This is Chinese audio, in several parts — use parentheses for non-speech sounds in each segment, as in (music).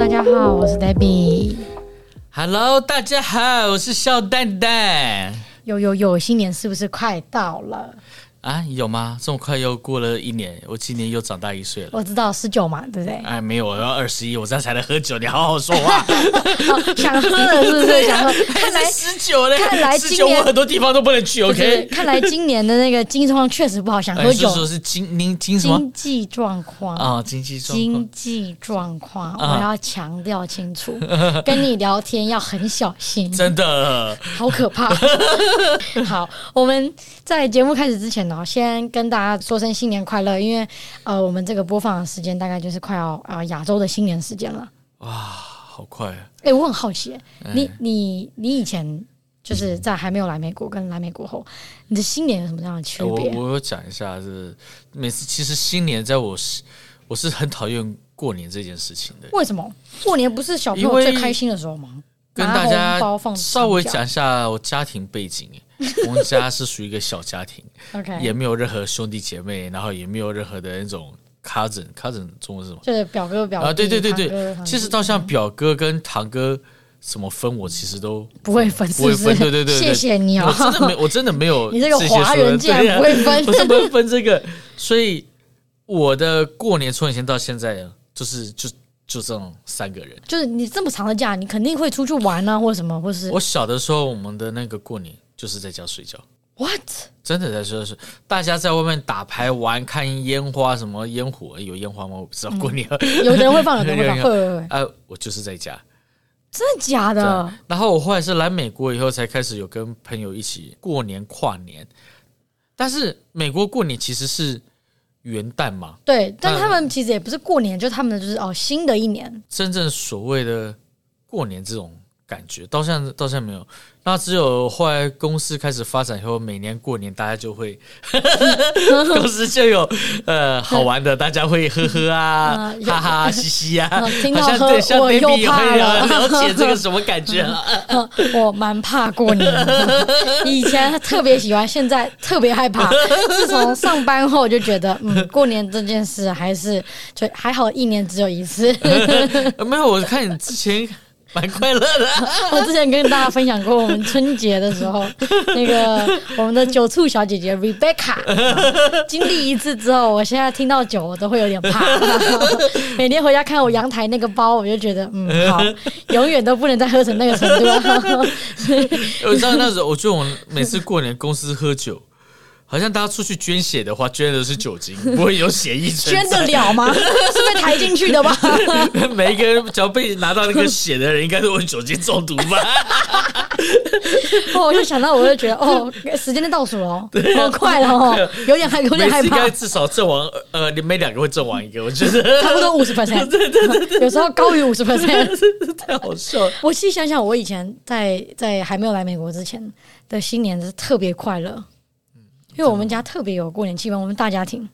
我是 Debbie。 Hello，大家好，我是笑蛋蛋有有有，新年是不是快到了？啊，有吗？这么快又过了一年，我今年又长大一岁了。我知道十九嘛，对不对？哎，没有，我要二十一，我这样才能喝酒。你好好说话。 (laughs) 哎哦想喝了是不是？想喝， (laughs) 看 (laughs) 来十九嘞，看来十今九年我很多地方都不能去。不是 OK，看来今年的那个经济状况确实不好，想哎喝是酒。说是经您经什么经济状况啊？经济状况经济状况，啊我要强调清楚，跟你聊天要很小 (laughs) 心，真的好可怕。 (laughs) 好，我们在节目开始之前呢，先跟大家说声新年快乐，因为呃，我们这个播放的时间大概就是快要啊亚洲的新年时间了。好快啊。哎、我很好奇耶，你你你以前就是在还没有来美国跟来美国后，你的新年有什么样的区哎我别？我有讲一下，是每次其实新年在我是我是很讨厌过年这件事情的。为什么过年不是小朋友因为最开心的时候吗？跟拿大家红包放稍微长讲一下我家庭 (laughs) 背景。我们家是属于一个小家庭，假，OK，也没有任何兄弟姐妹，然后也没有任何的那种 cousin cousin 中文是什么就是表哥表弟啊？对对对堂哥对，堂弟其实到像表哥跟堂哥怎么分，我其实都不会分，不会是不是分。对对对，对谢谢你我哦，(laughs) 真的没，我真的没有你这个些华说的人竟然对啊不会分 (laughs) 我是不会分这个，所以我的过年从以前到现在，啊就是就就这种三个人。 (laughs) 就是你这么长的假，你肯定会出去玩啊，或者什么，或是我小的时候，我们的那个过年就是在家睡觉。 what？真的在说是，大家在外面打牌玩、看烟花，什么烟火有烟花吗？我不知道过年。 (laughs) 有的人会放，有的人会放， (laughs) 有会会会， (laughs) 啊，我就是在家。真的假的？然后我后来是来美国以后，才开始有跟朋友一起过年跨年。但是美国过年其实是元旦嘛，对，但他们其实也不是过年，就他们的嗯就是哦，新的一 (laughs) 年， (laughs) 真正所谓的过年这种感觉，到现在到现在没有。那只有后来公司开始发展以后，每年过年大家就会， (laughs) 公司就有呃好玩的，大家会呵 (laughs) 呵啊嗯，有哈哈嘻嘻啊，嗯听到好像呵对像我 baby 又也怕会啊了了了解这个什么感觉 (laughs) 啊？我蛮怕过年 (laughs) 的，以前特别喜欢，现在特别害怕。自从上班后就觉得，嗯，过年这件事还是就还好，一年只有一次。呃没有，我看你之前蛮快乐 (laughs) 的啊。我之前跟大家分享过，我们春节的时候，那个我们的酒醋小姐姐 Rebecca 啊经历一次之后，我现在听到酒我都会有点怕。每天回家看我阳台那个包，我就觉得，嗯，好，永远都不能再喝成那个程度。我知道那时候，我觉得我每次过年公司喝酒，好像大家出去捐血的话，捐的是酒精，不会有血液存在捐得了吗？是被抬进去的吧？ (laughs) 每一个人只要被拿到那个血 (laughs) 的人，应该都会酒精中毒吧？哦，我就想到，我就觉得，哦，时间在倒数了哦，好快了哦，有点害，有点每害次应怕该，至少阵亡，呃，你每两个会阵亡一个，我觉得差不多五十 percent，有时候高于五十 percent。太好笑了。我细想想，我以前在在还没有来美国之前的新年是特别快乐，因为我们家特别有过年气氛，我们大家庭。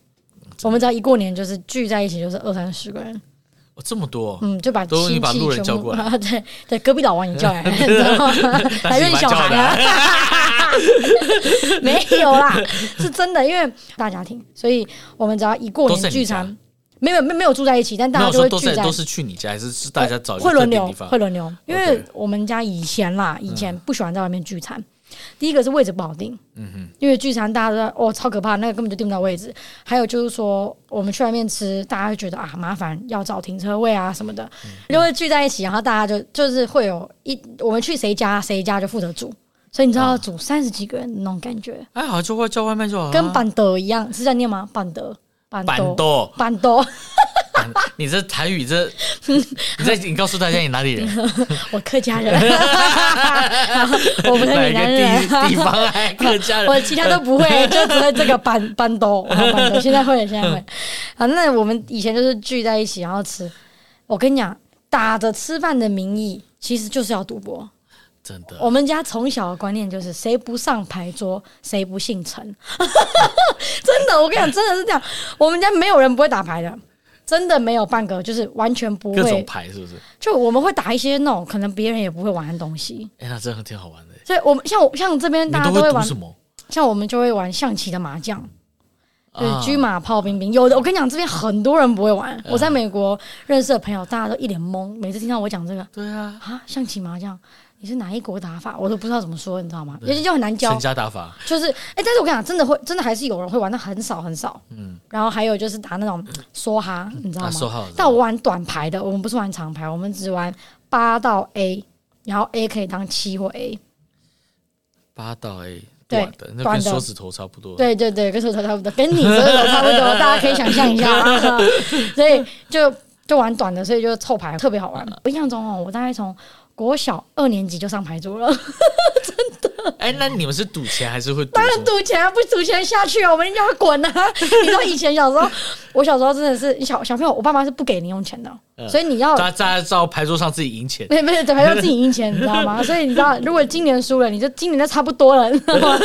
我们只要一过年，就是聚在一起，就是二三十个人，哦，这么多，嗯，就把都亲你把路戚人全叫部过来， (laughs) 对对，隔壁老王也叫 (laughs) 来，你知道吗？来认小孩啊， (laughs) 没有啦， (laughs) 是真的，因为大家庭，所以我们只要一过都年在你聚家餐，没有没有没有住在一起，但大没家有就说会都聚在在都一起。是去你家，还是是大家找一个会轮哦特定流地，方会轮流，因为 OK 嗯我们家以前啦，以前不喜欢在外面聚餐。第一个是位置不好定，嗯哼，因为聚餐大家都在哦超可怕，那个根本就定不到位置。还有就是说，我们去外面吃，大家会觉得啊麻烦，要找停车位啊什么的，嗯就会聚在一起，然后大家就就是会有一我们去谁家谁家就负责煮，所以你知道啊要煮三十几个人的那种感觉，哎，好，就会叫外卖就好了。跟板德一样，是这样念吗？板德，板啊板德，豆，板德，板你这台语这，你这你告诉大家你 (laughs) 哪里人， (laughs) 我客家人， (laughs) 我不是哪闽一南个人。 (laughs) 地地方哎，客 (laughs) 家我人。其他都不会，就只会这个板板斗，然后板哦斗现在 (laughs) 会了，现在会。啊，那我们以前就是聚在一起，然后吃。我跟你讲，打着吃饭的名义，其实就是要赌博。真的，我们家从小的观念就是，谁不上牌桌，谁不姓陈。 (laughs) 真的，我跟你讲，真的是这样。我们家没有人不会打牌的，真的没有半个，就是完全不各种会。牌是不是？就我们会打一些那种可能别人也不会玩的东西。哎，那真的挺好玩的。所以，我们像我像这边你大家都都会会读玩什么？像我们就会玩象棋的麻将，就是啊车马炮兵兵，有的我跟你讲，这边很多人不会玩。我在美国认识的朋友，大家都一脸懵，每次听到我讲这个对啊，啊，象棋麻将，你是哪一国打法，我都不知道怎么说，你知道吗？尤其就很难教全，家打法，啊就是哎、但是我跟你讲，真的会，真的还是有人会玩，但很少很少。嗯，然后还有就是打那种梭哈，你知道吗？啊，说好了，但我玩短牌的，我们不是玩长牌，我们只玩八到 A，然后 A 可以当七或 A。八到 A 对短的，那短跟的手指头差不多。对对对，跟手头差不多，跟你手头差不多，大家可以想象一下 (laughs) 啊。所以就就玩短的，所以就凑牌特别好玩。我印象中哦，我大概从国小二年级就上牌桌了， (laughs) 哎，那你们是赌钱还是会赌当什然么？赌钱啊，不赌钱下去啊，我们一定要滚啊！ (laughs) 你知道以前小时候，我小时候真的是小小朋友，我爸妈是不给零用钱的，嗯所以你要大家大家照牌桌上自己赢钱，没没，等还要自己赢 (laughs) 钱，你知道吗？所以你知道，如果今年输了，你就今年就差不多 (laughs) 了，你知道吗？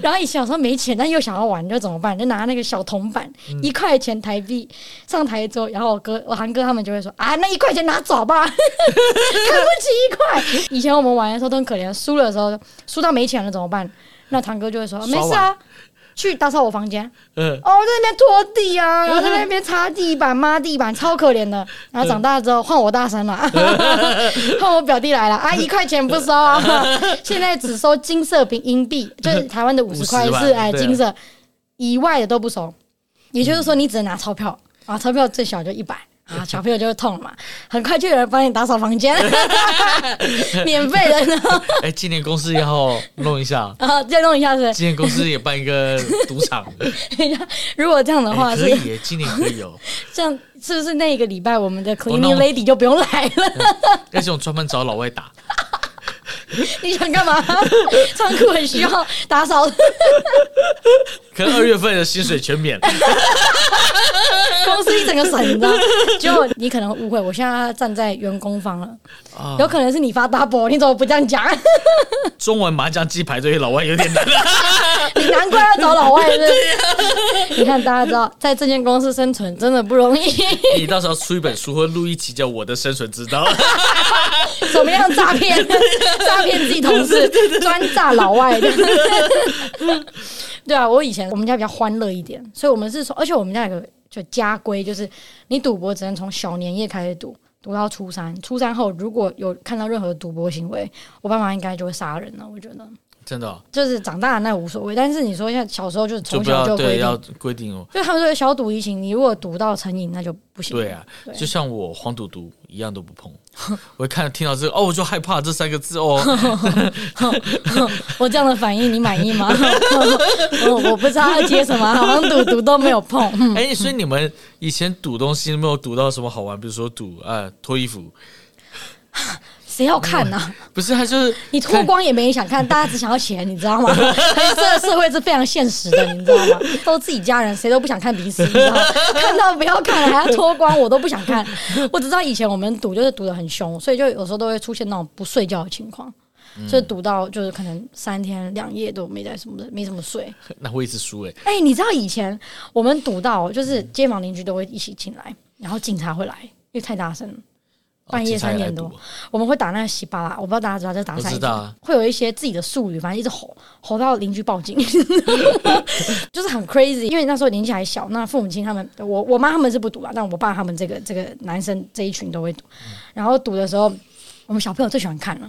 然后以前小时候没钱，但又想要玩，就怎么办？就拿那个小铜板，嗯一块钱台币上台桌，然后我哥、我韩哥他们就会说啊，那一块钱拿走吧， (laughs) 看不起一块。以前我们玩的时候都很可怜，输了的时候输到没钱了怎么办？那堂哥就会说没刷碗事啊。去打扫我房间嗯，哦，在那边拖地 (laughs) 啊，然后在那边擦地板、抹地板，超可怜的。然后长大之后换我大声 (laughs) 了，换我表弟来了啊，一块钱不收 (laughs) 啊，现在只收金色银银币，就是台 (laughs) 湾的五十块50吧是哎对啊金色，以外的都不收，也就是说你只能拿钞票啊，钞票最小就一百。 (laughs) 啊，小朋友就会痛了嘛，很快就有人帮你打扫房间， (laughs) 免费的， (laughs) 然后哎，今年公司要弄一下，然后再弄一下是不今年公司也办一个赌场，是， (laughs) 如果这样 (laughs) 的话哎可是以耶，今年可以哦， (laughs) 这样，是不是那一个礼拜我们的那 cleaning 我 lady 就不用来了？ (laughs) 要这种专门找老外打，你想干 (laughs) 嘛？仓库很需要打扫，可能二月份的薪水 (laughs) 全免。公司一整个省，你知道？结果你可能误会，我现在站在员工方了，啊有可能是你发 double，你怎么不这样 (laughs) 讲？中文麻将鸡排对于老外有点 (laughs) 难啊。你难怪要找老外是不是？你看大家知道，在这间公司生存真的不容易，你到时候出一本书或录一期叫《我的生存之道》， (laughs) 怎么样诈骗？诈骗自己同事，专诈老外的。 (laughs) 对啊，我以前我们家比较欢乐一点，所以我们是说，而且我们家有个就家规，就是你赌博只能从小年夜开始赌，赌到初三，初三后如果有看到任何赌博行为，我爸妈应该就会杀人了。我觉得真的哦、就是长大那无所谓，但是你说像小时候就是就 (laughs) 从不小要就规对要定，规定哦。就他们说小赌怡情，你如果赌到成瘾那就不行。对啊，对就像我黄赌毒一样都不 (laughs) 碰，我一看听到这个哦，我就害怕这三个字哦。我这样的反应你满意吗？我我不知道要接什么，好像赌赌都没有碰。嗯哎、所以你们以前赌东西没有赌到什么好玩，比如说赌啊脱衣服，谁要看呢、不是，他就是你脱光也没人想看，大家只想要钱，你知道吗？哎这个社会是非常现实的，你知道吗？都自己家人，谁都不想看彼此，你知道吗？看到不要看了，还要脱光，我都不想看。我只知道以前我们赌就是赌的很凶，所以就有时候都会出现那种不睡觉的情况。所以赌到就是可能三天两夜都没在什么的，没怎么睡。那会一直输哎、哎、你知道以前我们赌到就是街坊邻居都会一起进来，然后警察会来，因为太大声了。哦半夜警察也三来点多赌哦我们会打那个洗巴拉，我不知道大家知道，就是打我赛知道啊会有一些自己的术语，反正一直吼吼到邻居报警， (laughs) 就是很 crazy。因为那时候年纪还小，那父母亲他们，我我妈他们是不赌啊啦，但我爸他们这个这个男生这一群都会赌。嗯然后赌的时候，我们小朋友最喜欢看了。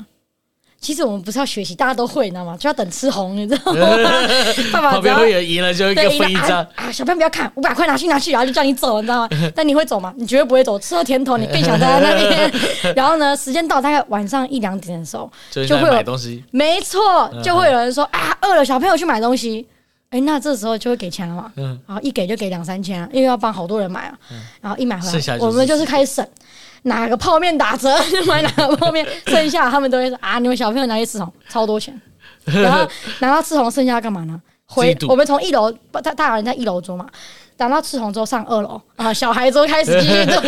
其实我们不是要学习，大家都会，你知道吗？就要等吃红，你知道吗？ (laughs) 爸爸旁只边要会有赢了就一个对，分一张啊。啊！小朋友不要看，五百块拿去拿去，然后就叫你走，你知道 (laughs) 吗？但你会走吗？你绝对不会走，吃到甜头你更想待在那 (laughs) 边。然后呢，时间到大概晚上一两点的时候，就就在会有买东西，没错，就会有人说啊，嗯饿了，小朋友去买东西。哎，那这时候就会给钱了嘛，嗯然后一给就给两三千啊，因为要帮好多人买啊，然后一买回来，剩下就是我们就是开始省，哪个泡面打折就买哪个泡 (laughs) 面，剩下他们都会说啊，你们小朋友拿去吃红，超多钱， (laughs) 然后拿到吃红剩下要干嘛呢？自己回赌我们从一楼，大大人在一楼桌嘛，等到吃红之后上二楼啊，小孩之后开始继续 (laughs) 做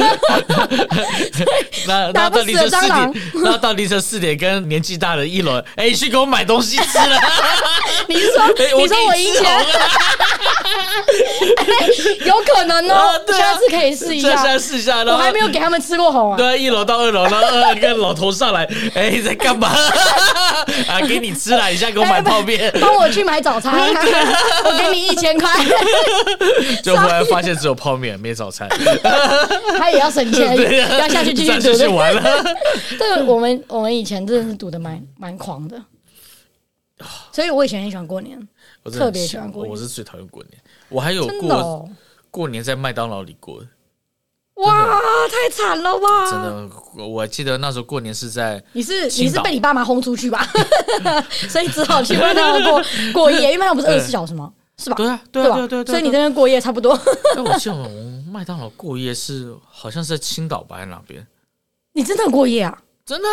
那那打不到死凌的晨四蟑螂点， (laughs) 那到凌晨四点跟年纪大的一轮，哎、去给我买东西吃 (laughs) 了。你是说哎你说我给你赢吃钱？红了有可能啊哦， (laughs) 对啊下次可以试一下下下。试一下，然我后还没有给他们吃过红啊，对啊，一楼到二楼，然后二个老头上来，哎、你在干嘛？ (laughs) 啊，给你吃了，你现在给我买泡面， (laughs) 啊帮我去买早餐， (laughs) (laughs) 我给你一千块， (laughs) 就忽然发现只有泡面没早 (laughs) 餐，他也要省钱，对啊，要下去继续再赌去的。玩了。这个我们我们以前真的是赌的蛮蛮狂的，哦所以我以前很喜欢过年，我真的 (laughs) 特很别喜欢过年我是最讨厌过年，我还有真过、的哦，过年在麦当劳里过的，哇，太惨了吧！真，的，我我记得那时候过年是在你是青岛嗯你是被你爸妈轰出去吧？ (laughs) 所以只好去麦当劳过过夜，因为麦当劳不是二十四小时吗？是吧？对啊对对吧啊对啊对啊，所以对你啊在那边过夜差不多，但我记得我们麦当劳过夜是好像是在青岛吧，还是哪边？你真的过夜啊？真的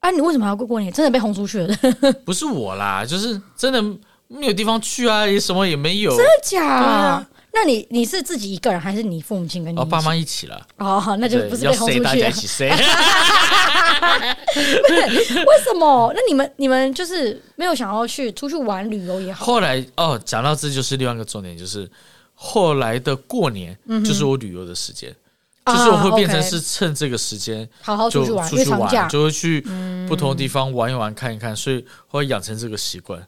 啊、啊，你为什么要过过年？真的被轰出去了， (laughs) 真的不是我啦，就是真的没有地方去啊，也什么也没有，假？那你你是自己一个人，还是你父母亲跟你一起然后啊哦爸妈一起了，哦，那就对不，是要被轰塞出大去家了一。 (laughs) 起塞。为什么？那你们你们就是没有想要去出去玩旅游也好，后来哦，讲到这就是另外一个重点，就是后来的过年就是我旅游的时间，嗯啊就是我会变成 OK 是趁这个时间好好就哦出去玩，出因为去长假玩，就会去不同的地方玩一玩、看一看，所以会养成这个习惯。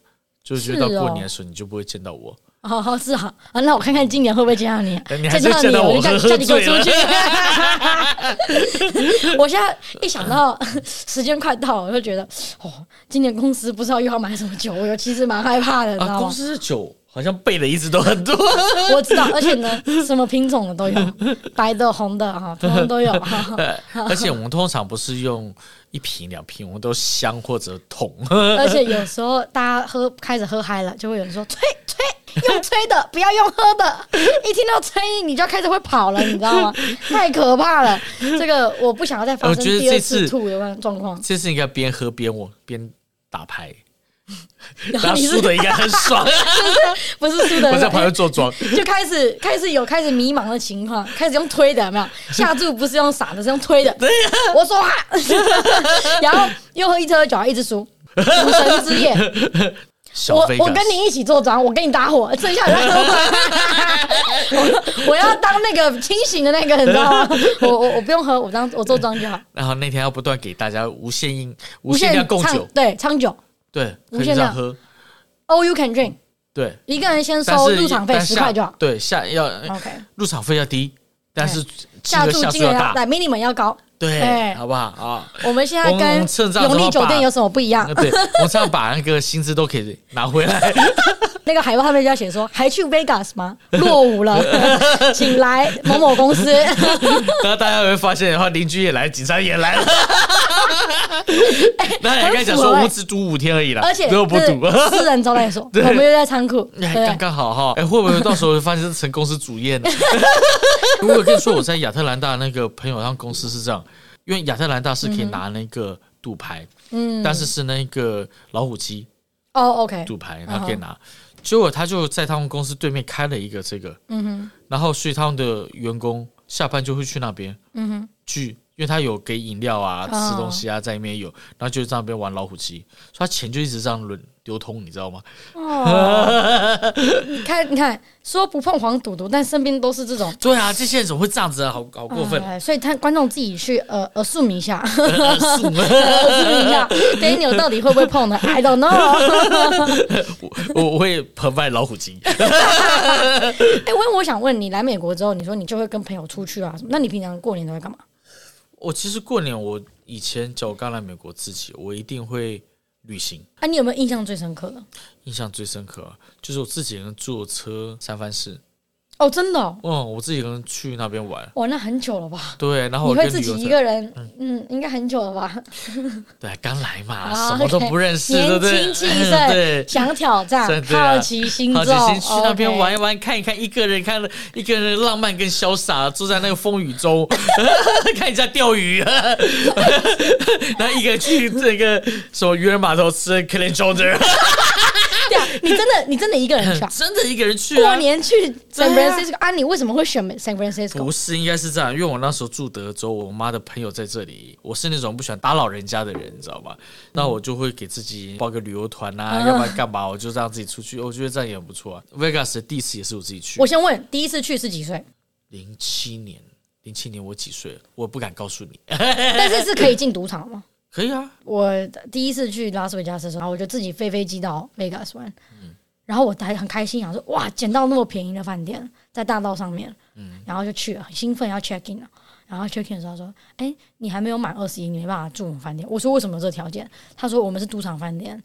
就是觉得到是哦过年的时候，你就不会见到我。好好是啊啊，那我看看今年会不会见到你哎你还，是到见到我我就叫喝你叫喝你给我醉了出去。 (laughs) 我现在一想到 (laughs) 时间快到了，我就觉得哦，今年公司不知道又要买什么酒，我其实蛮害怕的，你知啊，道公吗？司的酒好像备的一直都很多， (laughs) 我知道，而且呢，什么品种的都有，白的、红的啊，通通都有。哈哈而且我们通常不是用一瓶两瓶，我们都香或者桶。 (laughs) 而且有时候大家喝开始喝嗨了，就会有人说吹吹，用吹的，不要用喝的。一听到吹，你就要开始会跑了，你知 (laughs) 道吗？太可怕了，这个我不想要再发我生觉得第这二次次吐的状况。这次应该边喝边我边打牌，然然后 (laughs) 后你输是的应该很 (laughs) 爽。不是输的我在人？旁边坐庄，就开始开始有开始迷茫的情况，开始用推的，有没有？ (laughs) 下注不是用撒的，是用推的。啊我说话， (laughs) 然后又喝一车酒，一直输。无神之夜，小我飞我感跟你一起坐庄，我跟你打火， (laughs) 剩下 (laughs) 的让我我我要当那个清醒的那个，你知道 (laughs) 吗？我我我不用喝，我当我坐庄就好。然后那天要不断给大家无限饮、无无限限量供酒唱，对，唱酒对，无可以限这量样喝， ，all you can drink，对。一个人先但收是入场费但十下块就好。对，下要 OK，入场费要低，但是金下额注下注金额要要大，对，minimum 要高。对，哎好不好啊？我们现在我们我们趁这跟样子永的利话酒把店有什么不一样 (laughs) 那？对，我这样把那个薪资都给拿回来。那个海报上面就要写说，还去 Vegas 吗？ (laughs) 落伍 (laughs) 了，请来某某公司。 (laughs) 然后大家会发现，然后邻居也来，警察 (laughs) 也来了。那你应该讲说，很符合欸我只赌五天而已啦，而 (laughs) 且如果不赌，这是私人招待所， (laughs) 对我们又在仓库，对哎，不对刚刚好哈，哎，会不会到时候发现是成公司 (laughs) 主业呢？我有跟你说，我在亚特兰大那个朋友他们公司是这样，因为亚特兰大是嗯可以拿那个赌牌，嗯，但是是那个老虎机哦，OK，赌牌，他可以拿。结果他就在他们公司对面开了一个这个，嗯哼，然后所以他们的员工下班就会去那边，嗯哼，去，因为他有给饮料啊、哦吃东西啊，在那边有，然后就在那边玩老虎机，所以他钱就一直这样轮流通，你知道吗？哦，你看，你看，说不碰黄赌毒，但身边都是这种。 (laughs) 对啊，这些人怎么会这样子啊？好好过分 (laughs) 啊！哎所以他观众自己去呃呃数一下， (laughs) 呃是呃数一 (laughs) 下，Daniel 到底会不会碰呢？I don't know。 (laughs) 我 (laughs) 我我会澎湃老虎精，哎，问我想问你，来美国之后，你说你就会跟朋友出去啊什么？那你平常过年都在干嘛？我其实过年我以前叫我刚来美国自己，我一定会旅行。啊，你有没有印象最深刻的？印象最深刻啊就是我自己一个人坐车三藩市，哦，真的哦，嗯，我自己一个人去那边玩，哇，那很久了吧？对，然后我你哦会跟自旅游己一团个人，嗯，应该很久了吧？对，刚来嘛，啊什么都 OK 不认识，对 (laughs) 年不对？轻 (laughs) 气盛，对。想挑战真，的啊好奇心好重，奇心去那边 OK 玩一玩，看一看一个人，看了一个人的浪漫跟潇洒，坐在那个风雨中， (laughs) 看人家钓 (laughs) 鱼， (laughs) 然后一个去这个什么渔人码头吃 c l e n j o n e r 对啊，你真的你真的一个人去啊？真的一个人去、啊、过年去 San 对啊 Francisco 啊？你为什么会选 San Francisco？不是，应该是这样，因为我那时候住德州，我妈的朋友在这里，我是那种不喜欢打扰人家的人，你知道吧？那我就会给自己报个旅游团啊，要不然干嘛？我就让自己出去，哦我觉得这样也很不错啊。Vegas 的第一次也是我自己去我，先问，第一次去是几 (laughs) 岁？零七年，零七年我几岁了？我不敢告诉你。但是是可以进赌场吗？可以啊，我第一次去拉斯维加斯的时候，然后我就自己飞飞机到 Vegas 玩，嗯然后我还很开心，想说哇，捡到那么便宜的饭店，在大道上面，嗯然后就去了，很兴奋要 check in 了。然后 check in 的时候说，哎、你还没有满二十一，你没办法住我们饭店。我说为什么有这个条件？他说我们是赌场饭店，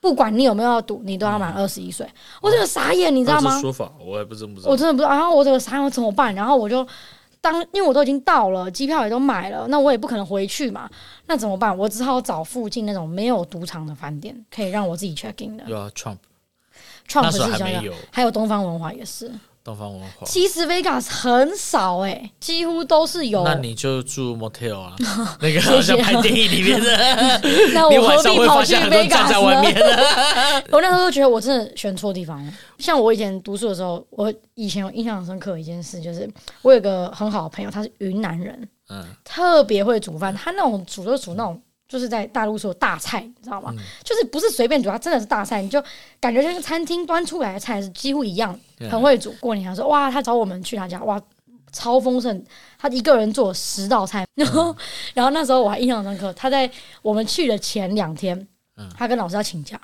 不管你有没有要赌，你都要嗯满二十一岁。我这个傻眼，你你知道吗？说法我还不真不知道我。真的不知道。然后我这个啥，我怎么办？然后我就当，因为我都已经到了，机票也都买了，那我也不可能回去嘛，那怎么办？我只好找附近那种没有赌场的饭店，可以让我自己 check in 的。有啊，Trump Trump 时是候其还中一没有个，还有东方文化也是。东方文化。其实 Vegas 很少哎、几乎都是有。那你就住 motel 啊，那个好像拍电影里面的， (laughs) 那你 (laughs) 我晚何上必会跑发去现很多人站在 Vegas 外呢面？的。我那时候就觉得我真的选错地方了。像我以前读书的时候，我以前有印象很深刻的一件事，就是我有个很好的朋友，他是云南人，嗯特别会煮饭，他那种煮就煮那种。就是在大陆说大菜，你知道吗？就是不是随便煮，他真的是大菜，你就感觉像餐厅端出来的菜是几乎一样，嗯很会煮。过年他说哇，他找我们去他家，哇，超丰盛，他一个人做十道菜。然后，然后那时候我还印象深刻，他在我们去的前两天，他跟老师要请假，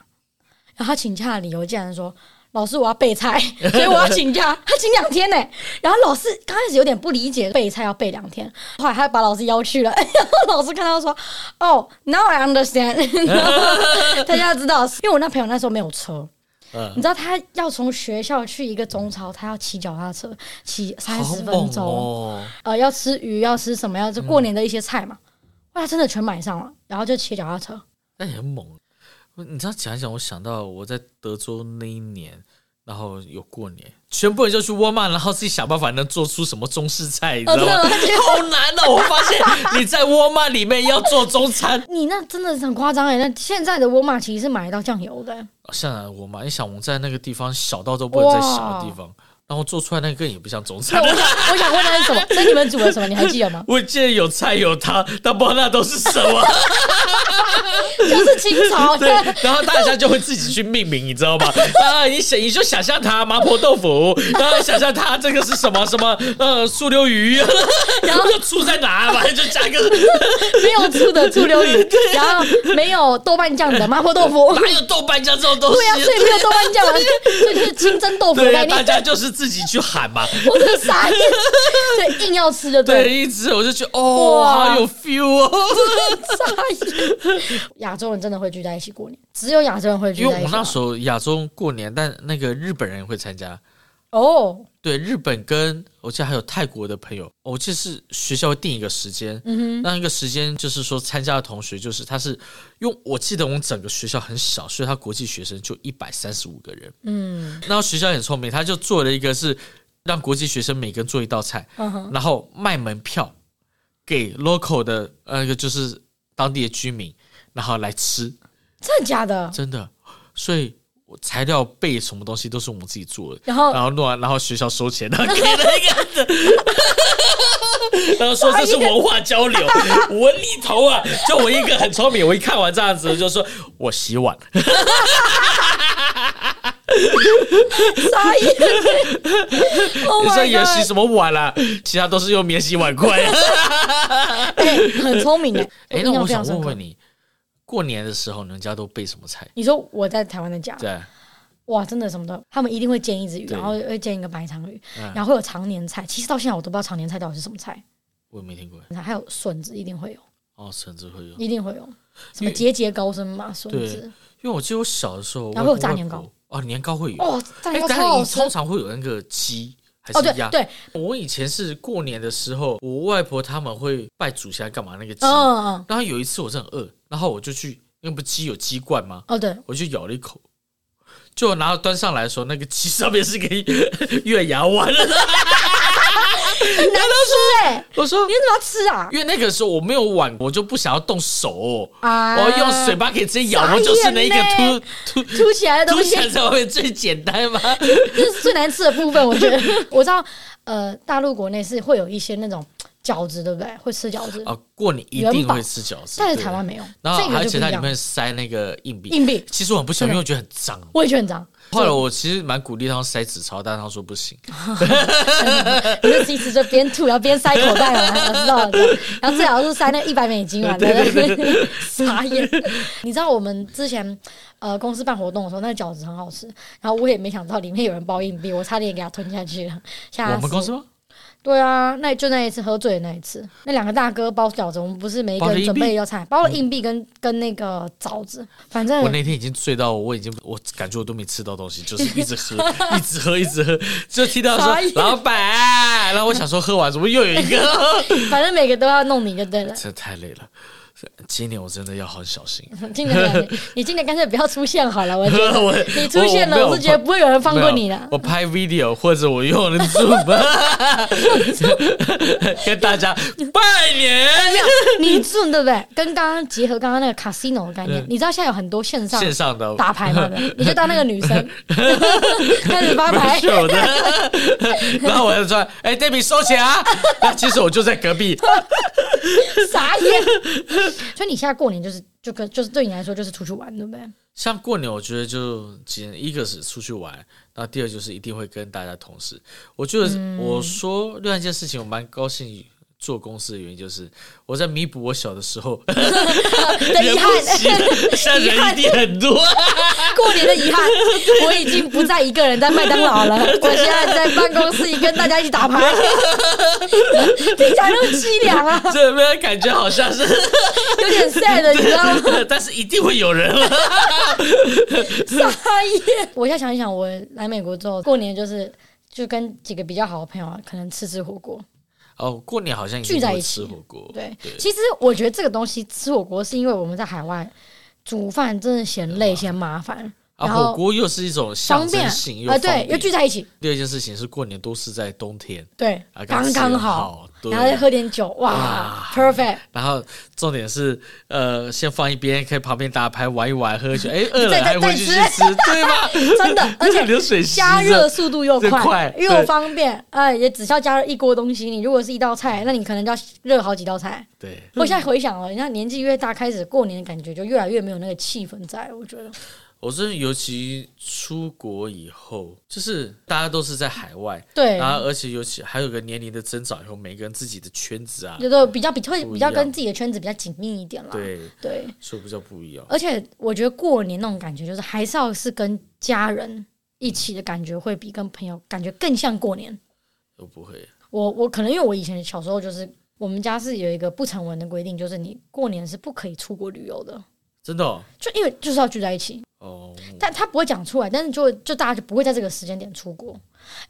然后他请假的理由竟然说。老师，我要备菜， (laughs) 所以我要请假。他请两天呢、然后老师刚开始有点不理解，备菜要备两天，后来他把老师邀去了， (laughs) 然后老师看到说：“哦、n o w I understand (laughs) 然后大家知道，因为我那朋友那时候没有车，你嗯，知道他要从学校去一个中超，他要骑脚踏车骑三好十分猛钟，哦！呃，要吃鱼，要吃什么，要吃过年的一些菜嘛。哇，真的全买上了，然后就骑脚踏车。那也很猛。你这样讲一讲，我想到我在德州那一年，然后有过年，全部人就去沃尔玛，然后自己想办法能做出什么中式菜，你知哦，道真的 (laughs) 吗？吗，他觉得好难哦！我发现你在沃尔玛里面要做中餐，你那真的是很夸张哎！那现在的沃尔玛其实是买得到酱油的、欸啊像然我嘛，你想我们在那个地方小到都不能再小的地方，然后做出来那个也不像中那餐。我想，我想问他是什么？所以你们煮了什么？你还记得吗？ (laughs) 我记得有菜有汤，但不知道那都是什么。就是清朝 (laughs) 对，然后大家就会自己去命名，你知道 (laughs) 吗？啊，你想你就想象它麻婆豆腐，然后想象它这个是什么什么呃醋溜鱼，然 (laughs) 后就醋在哪，反正就加 (laughs) 个没有醋的醋溜鱼，然后没有豆瓣酱的麻婆豆腐。哪有豆瓣酱这种东对呀、啊，西？所以没有豆瓣酱啊，所以就是清蒸豆腐的对呀、概大念。家就是自己去喊嘛。我真的傻 (laughs) 眼，所以硬要吃就 (laughs) 对了对，一直我就觉得哦，哇好有 (laughs) feel 哦。傻眼。亚洲人真的会聚在一起过年，只有亚洲人会聚因为在一我起那啊。时候亚洲过年，但那个日本人会参加。哦，对，日本跟我记得还有泰国的朋友，我记得是学校会定一个时间，嗯那一个时间就是说参加的同学，就是他是因为我记得我们整个学校很小，所以他国际学生就一百三十五个人，嗯，然后学校很聪明，他就做了一个是让国际学生每个人做一道菜，嗯哼，然后卖门票给 local 的呃那个就是当地的居民，然后来吃，真的假的？真的，所以我材料备什么东西都是我们自己做的，然后然后弄完，然后学校收钱，然后 (laughs) 给了一个人，然后说这是文化交 (laughs) 流。我里头啊，就我一个很聪明，我一看完这样子就说，我洗碗，傻 (laughs) 眼哦，Oh 你 my (laughs) 说也 god！洗什么碗啦、其他都是用免洗碗 (laughs) 筷。哎、很聪明哎、哎，印那象我非常想深问刻问你，过年的时候人家都备什么菜？你说我在台湾的家，对，哇，真的什么都有，他们一定会煎一只鱼，对然后会煎一个白长鱼，嗯然后会有常年菜。其实到现在我都不知道常年菜到底是什么菜，我也没听过。还有笋子一定会有，哦，甚至会有，一定会有什因么为节节高升嘛，笋对子。因为我记得我小的时候，然后外有公炸外年婆糕哦，年糕会有。哦，蛋哎糕，但超好你吃通。常会有那个鸡还哦，对是鸭？对，我以前是过年的时候，我外婆他们会拜祖先干嘛那个鸡，嗯嗯嗯，然后有一次我真的很饿，然后我就去，因为不是鸡有鸡冠吗？哦对，我就咬了一口，就拿到端上来的时候，那个鸡上面是 (laughs) 给月牙丸了。很难 (laughs) 吃哎、我说你，怎么要吃啊？因为那个时候我没有碗，我就不想要动手、啊我要用嘴巴可以直接咬，傻眼就是那嘞一个凸凸凸起来的凸东西起，来在外面最简单嘛。这是最难吃的部分，我觉得。我知道，呃，大陆国内是会有一些那种饺子，对不对？会吃饺子，啊，过年一定会吃饺子，但是对啊台湾没有，然后这个而就不且一它里样。面塞那个硬币，硬币其实我很不喜真欢，的因为我觉得很脏。啊我也觉得很脏，后来我其实蛮鼓励他们塞纸钞，但是他说不行。你就自己吃就边吐，然后边塞口袋嘛，我知道了。然后最好是塞那一百美金嘛，对不对？傻眼！你知道我们之前呃公司办活动的时候，那个饺子很好吃，然后我也没想到里面有人包硬币，我差点给它吞下去了，吓死！我们公司吗？对啊，那就那一次喝醉的那一次，那两个大哥包饺子，我们不是每一个包了人硬准币备一道菜，包了硬币跟、跟那个枣子，反正我那天已经醉到我已经我感觉我都没吃到东西，就是一直喝，一直喝，一直喝，就听到傻说眼老板，然后我想说喝完怎么又有一个， (laughs) 反正每个都要弄你就对 (laughs) 了。这太累了。今年我真的要很小心。今年你今年干脆不要出现好了，我觉得 (laughs) 我你出现了，我我没有我是觉得不会有人放过你没有的。我拍 video 或者我用了 (laughs) Zoom，跟大家拜年。你住对不对？跟刚刚结合刚刚那个 casino 的概念嗯，你知道现在有很多线上线上的打牌嘛？对 (laughs) 不对你就当那个女生开始发牌是，我 (laughs) 的，然后我就说：“哎、d a v i d 收钱啊！” (laughs) 那其实我就在隔壁，傻眼。所以你现在过年就是就跟就是对你来说就是出去玩，对不 (laughs) 对？像过年，我觉得就几人，一个是出去玩，那第二就是一定会跟大家同事。我觉得嗯我说另外一件事情，我蛮高兴做公司的原因，就是我在弥补我小的时候 (laughs) 的遗人憾不，行，现在人一定很多。 (laughs) 过年的遗憾，我已经不再一个人在麦当劳了，我现在在办公室里跟大家一起打 (laughs) 牌，听起来那么凄凉啊，这边感觉好像是，有点 sad 的，你知道吗？ (laughs) 但是一定会 (laughs) 有人了。傻眼！ (laughs) 我现在想一想，我来美国之后过年就是。就跟几个比较好的朋友啊，可能吃吃火锅。哦，过年好像聚在定会一起吃火锅，对，其实我觉得这个东西吃火锅是因为我们在海外煮饭真的嫌累嫌麻烦，啊，然火后锅又是一种象方征便性又啊，方对，又便。聚在一起，第二件事情是过年都是在冬天对啊，，刚吃刚得好，好，对然后再喝点酒，哇哇，perfect。然后重点是，呃，先放一边，可以旁边打牌玩一玩，(laughs) 喝酒，哎，饿再再了还回去去 (laughs) 吃，对吧？真的，而 (laughs) 那个且流水席加热速度又这这快快，又方便，哎，也只需要加热一锅东西。你如果是一道菜，那你可能就要热好几道菜。对，我现在回想哦，你看年纪越大，开始过年的感觉就越来越没有那个气氛在，我觉得。我真的尤其出国以后，就是大家都是在海外，对，然后而且尤其还有个年龄的增长以后，每个人自己的圈子啊，觉得比较比会不比一样较跟自己的圈子比较紧密一点啦。对，对，所以比较不一样。而且我觉得过年那种感觉，就是还是要是跟家人一起的感觉，会比跟朋友感觉更像过年。我不会，我我可能因为我以前小时候就是我们家是有一个不成文的规定，就是你过年是不可以出国旅游的，真的哦，就因为就是要聚在一起。哦但他不会讲出来，但是就就大家就不会在这个时间点出国，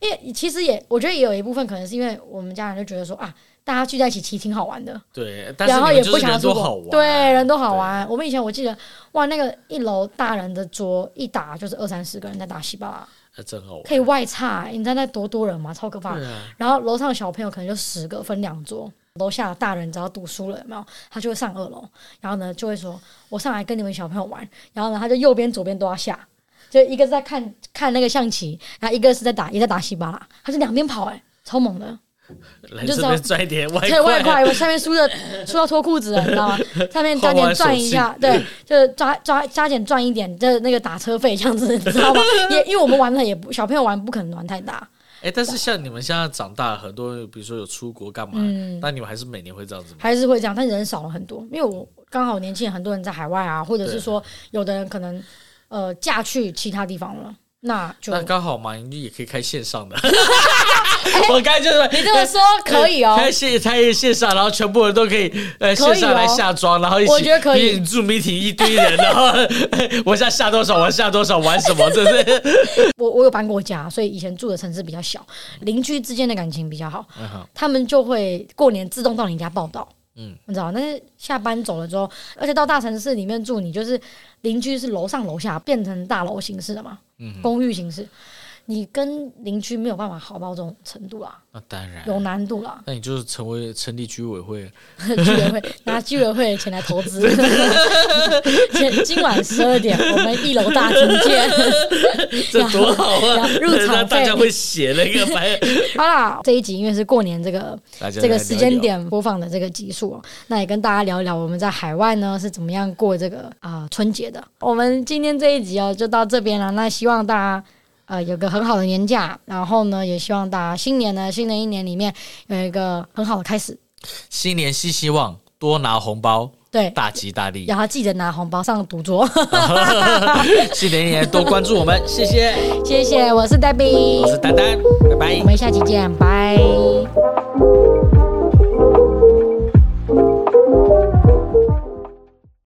因为其实也我觉得也有一部分可能是因为我们家人就觉得说啊，大家聚在一起其实挺好玩的，对，但是然后你也们就不是想要人出都国，好玩，啊对，人都好玩。我们以前我记得哇，那个一楼大人的桌一打就是二三十个人在打西巴拉，对，啊真好玩，可以外差、你知道那多多人吗？超可怕。对啊，然后楼上的小朋友可能就十个分两桌，楼下的大人只要读书了有没有，他就会上二楼，然后呢就会说：“我上来跟你们小朋友玩。”然后呢他就右边左边都要下，就一个是在看看那个象棋，然后一个是在打也在打西巴拉，他就两边跑哎、超猛的，来就这知道边拽点外对外哎快，快，我下面输的输到脱裤子了，你知道吗？下面加换减完手赚一下，对，就是抓抓加减赚一点，就是那个打车费这样子，你知道吗？也因为我们玩的也不小朋友玩不可能玩太大，哎，但是像你们现在长大，很多人比如说有出国干嘛，嗯那你们还是每年会这样子吗？还是会这样，但人少了很多，因为我刚好年轻人很多人在海外啊，或者是说有的人可能呃嫁去其他地方了，那就那刚好嘛，你也可以开线 (laughs) 上的。哎我刚才就是你这么说可以哦。开线开线上，然后全部人都可以呃可以哦线上来下妆，然后一起我觉得可以你住 meeting 一堆人，然后哎我现在下多少，我下多少，玩什么，对不 (laughs) 对？我我有搬过家，所以以前住的城市比较小，邻居之间的感情比较好，他们就会过年自动到你家报道。嗯，你知道，但是下班走了之后，而且到大城市里面住，你就是邻居是楼上楼下变成大楼形式的嘛，公寓形式，你跟邻居没有办法好到这种程度啦，那当然。有难度啦。那你就是成为成立居委会， (laughs) 居委会拿居委会的钱来投资。 (laughs) 今今晚十二点，我们一楼大厅见。这多好啊！然后入场费那 (laughs) 大家会写那个 (laughs) 白，好啦，这一集因为是过年这个大家这来个聊一时间聊点播放的这个集数哦，那也跟大家聊一聊我们在海外呢是怎么样过这个啊、春节的。我们今天这一集哦就到这边了，那希望大家。呃，有个很好的年假，然后呢，也希望大家新年呢，新的一年里面有一个很好的开始，新年新希望，多拿红包，对，大吉大利。然后记得拿红包上赌桌， (laughs) (laughs) 新的一年多关注我们，谢谢。谢谢，我是黛比，我是丹丹，拜拜我。们下期见，拜。